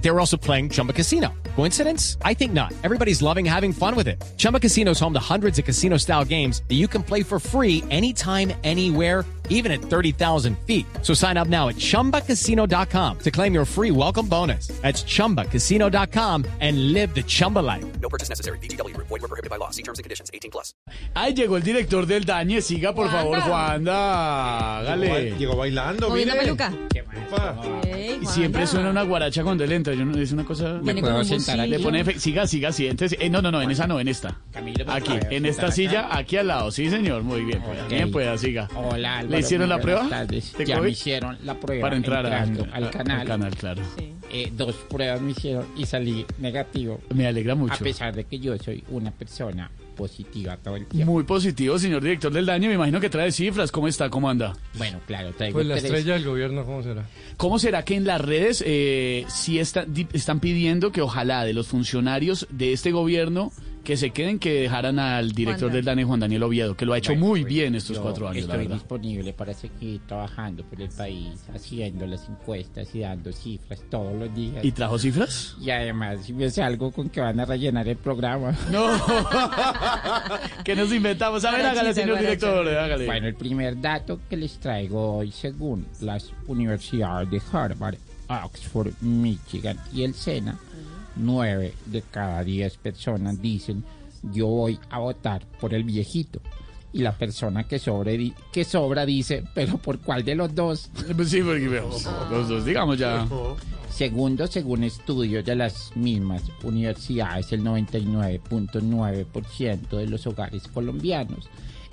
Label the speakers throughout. Speaker 1: They were also playing Chumba Casino. Coincidence? I think not. Everybody's loving having fun with it. Chumba Casino is home to hundreds of casino style games that you can play for free anytime, anywhere even at 30,000 feet. So sign up now at ChumbaCasino.com to claim your free welcome bonus. That's ChumbaCasino.com and live the Chumba life.
Speaker 2: No purchase necessary. BGW. Void were prohibited by law. See terms and conditions. 18 plus.
Speaker 3: Ahí llegó el director del Dañe. Siga, por favor, Juanda.
Speaker 4: Bail-
Speaker 3: Hágale.
Speaker 4: Llegó bailando,
Speaker 5: Moviendo
Speaker 4: mire.
Speaker 5: peluca.
Speaker 6: Ah,
Speaker 4: Ufa.
Speaker 5: Ey,
Speaker 3: Y
Speaker 5: Juanda.
Speaker 3: siempre suena una guaracha cuando él entra. Yo no- es una cosa.
Speaker 5: Tiene como
Speaker 4: puedo
Speaker 5: un
Speaker 4: sentar
Speaker 5: bolsillo.
Speaker 4: aquí.
Speaker 3: Le pone efe- Siga, siga, sí. Entonces, eh, no, no, no, en esa no, en esta.
Speaker 4: Camilo, por
Speaker 3: Aquí,
Speaker 4: favor,
Speaker 3: en
Speaker 4: sentar
Speaker 3: esta
Speaker 4: acá.
Speaker 3: silla, aquí al lado. Sí, señor. Muy bien. pues,
Speaker 4: Ok.
Speaker 3: Bien, pues, siga.
Speaker 4: Hola, Álvaro,
Speaker 3: ¿Le hicieron la
Speaker 4: muy
Speaker 3: prueba?
Speaker 4: buenas tardes.
Speaker 3: ¿De
Speaker 4: Ya
Speaker 3: COVID?
Speaker 4: me hicieron la prueba.
Speaker 3: Para entrar a-
Speaker 4: entrando
Speaker 3: a-
Speaker 4: al canal.
Speaker 3: Al canal, claro.
Speaker 5: Sí.
Speaker 4: Eh, dos pruebas me hicieron y salí negativo.
Speaker 3: Me alegra
Speaker 4: A
Speaker 3: mucho.
Speaker 4: pesar de que yo soy una persona positiva todo el tiempo.
Speaker 3: Muy positivo, señor director del daño. Me imagino que trae cifras. ¿Cómo está? ¿Cómo anda?
Speaker 4: Bueno, claro, traigo
Speaker 6: Pues la
Speaker 4: tres.
Speaker 6: estrella del gobierno, ¿cómo será?
Speaker 3: ¿Cómo será que en las redes eh, sí está- di- están pidiendo que ojalá de los funcionarios de este gobierno que se queden, que dejaran al director
Speaker 5: Juan Dan-
Speaker 3: del DANE, Juan Daniel Oviedo, que lo ha hecho
Speaker 4: Bueno,
Speaker 3: muy
Speaker 4: pues,
Speaker 3: bien estos
Speaker 4: yo
Speaker 3: cuatro años, la
Speaker 4: Estoy
Speaker 3: verdad.
Speaker 4: disponible para seguir trabajando por el país, haciendo las encuestas y dando cifras todos los días.
Speaker 3: ¿Y trajo cifras?
Speaker 4: Y además, si me salgo con que van a rellenar el programa.
Speaker 3: No. que nos inventamos. A ver,
Speaker 5: Guarachita,
Speaker 3: hágale, señor
Speaker 5: guaracha.
Speaker 3: director, hágale.
Speaker 4: Bueno, el primer dato que les traigo hoy, según las universidades de Harvard, Oxford, Michigan y el SENA, nueve de cada diez personas dicen yo voy a votar por el viejito. Y la persona que, sobre di- que sobra dice, pero ¿por cuál de los dos?
Speaker 3: Pues sí, porque veamos, los dos, digamos ya.
Speaker 4: Segundo, según estudios de las mismas universidades, el 99.9% de los hogares colombianos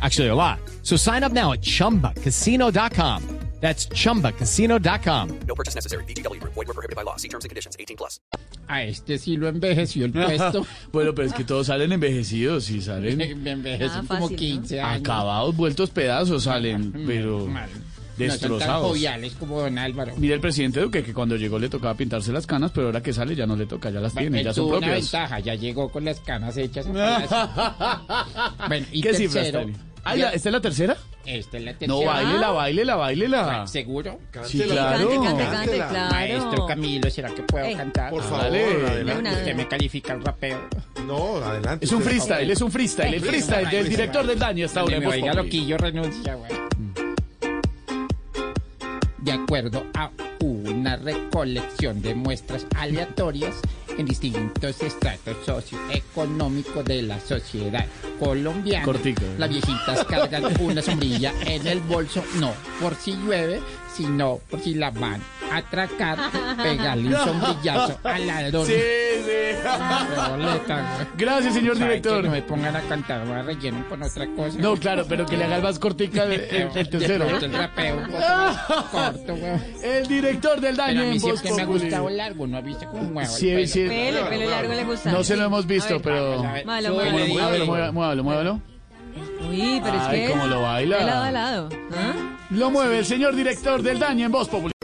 Speaker 1: Actually, a lot. So sign up now at chumbacasino.com. That's chumbacasino.com.
Speaker 2: No purchase necessary. BGW. Void were prohibited by law. See terms and conditions. 18 plus.
Speaker 4: a este sí lo envejeció el puesto.
Speaker 3: Bueno, pero es que todos salen envejecidos y salen
Speaker 4: Me envejecen
Speaker 5: Ah,
Speaker 4: como
Speaker 5: fácil, ¿no?
Speaker 4: 15 años.
Speaker 3: acabados, vueltos pedazos, salen,
Speaker 4: Mm,
Speaker 3: pero
Speaker 4: mal. No son tan
Speaker 3: destrozados.
Speaker 4: joviales como don Álvaro.
Speaker 3: Mira el presidente Duque que cuando llegó le tocaba pintarse las canas, pero ahora que sale ya no le toca, ya las tiene,
Speaker 4: Él
Speaker 3: ya son
Speaker 4: tuvo una
Speaker 3: propias.
Speaker 4: ventaja, ya llegó con las canas hechas. a pedazo. bueno, y
Speaker 3: ¿Qué
Speaker 4: tercero,
Speaker 3: cifras tiene? Ah, ya, ¿esta es la tercera?
Speaker 4: Esta es Este, la
Speaker 3: No,
Speaker 4: tercera.
Speaker 3: bailela, bailela, bailela.
Speaker 4: ¿Seguro?
Speaker 3: Sí, claro.
Speaker 5: Cante, cante, cante, claro.
Speaker 4: Maestro Camilo, ¿será que puedo
Speaker 5: Ey.
Speaker 4: cantar? Ah,
Speaker 6: Por favor,
Speaker 3: Dale.
Speaker 6: adelante.
Speaker 5: una.
Speaker 4: Usted me califica el rapeo.
Speaker 6: No, adelante.
Speaker 3: Es un
Speaker 6: usted.
Speaker 3: freestyle, es un freestyle, el freestyle del director del daño hasta ahora.
Speaker 4: Donde
Speaker 3: en
Speaker 4: me
Speaker 3: Voz
Speaker 4: oiga
Speaker 3: Populi.
Speaker 4: loquillo, renuncia, güey. De acuerdo a una recolección de muestras aleatorias en distintos estratos socioeconómicos de la sociedad colombiana.
Speaker 3: Cortico, eh.
Speaker 4: Las viejitas cargan una sombrilla en el bolso, no por si llueve, sino por si la van a atracar, pegarle un sombrillazo al ladrón.
Speaker 3: Sí, sí.
Speaker 4: Boleta, güey.
Speaker 3: Gracias, señor
Speaker 4: ¿Sabe
Speaker 3: director.
Speaker 4: Que no me pongan a cantar, me rellenen con otra cosa.
Speaker 3: No, claro, pero que le haga el más cortica el, el- el tercero.
Speaker 4: Eh, De pronto El rapeo un poco más corto, weón.
Speaker 3: El director del
Speaker 4: Pero
Speaker 3: daño
Speaker 4: a mí
Speaker 3: en voz
Speaker 4: siempre me ha
Speaker 3: Populi.
Speaker 4: gustado largo, ¿no ha visto cómo muevo el
Speaker 3: Sí,
Speaker 4: pelo?
Speaker 3: sí.
Speaker 5: Pelo, pelo largo le gusta.
Speaker 3: No se lo hemos visto,
Speaker 5: A ver,
Speaker 3: pero-
Speaker 4: Vamos a ver,
Speaker 5: Malo,
Speaker 4: súbele,
Speaker 5: malo.
Speaker 4: dígame.
Speaker 3: Muévalo, muévalo, muévalo, muévalo.
Speaker 5: Uy, pero es
Speaker 3: Ay,
Speaker 5: que.
Speaker 3: cómo lo baila.
Speaker 5: De lado a lado. ¿Ah?
Speaker 3: Lo mueve el señor director del daño en voz popular.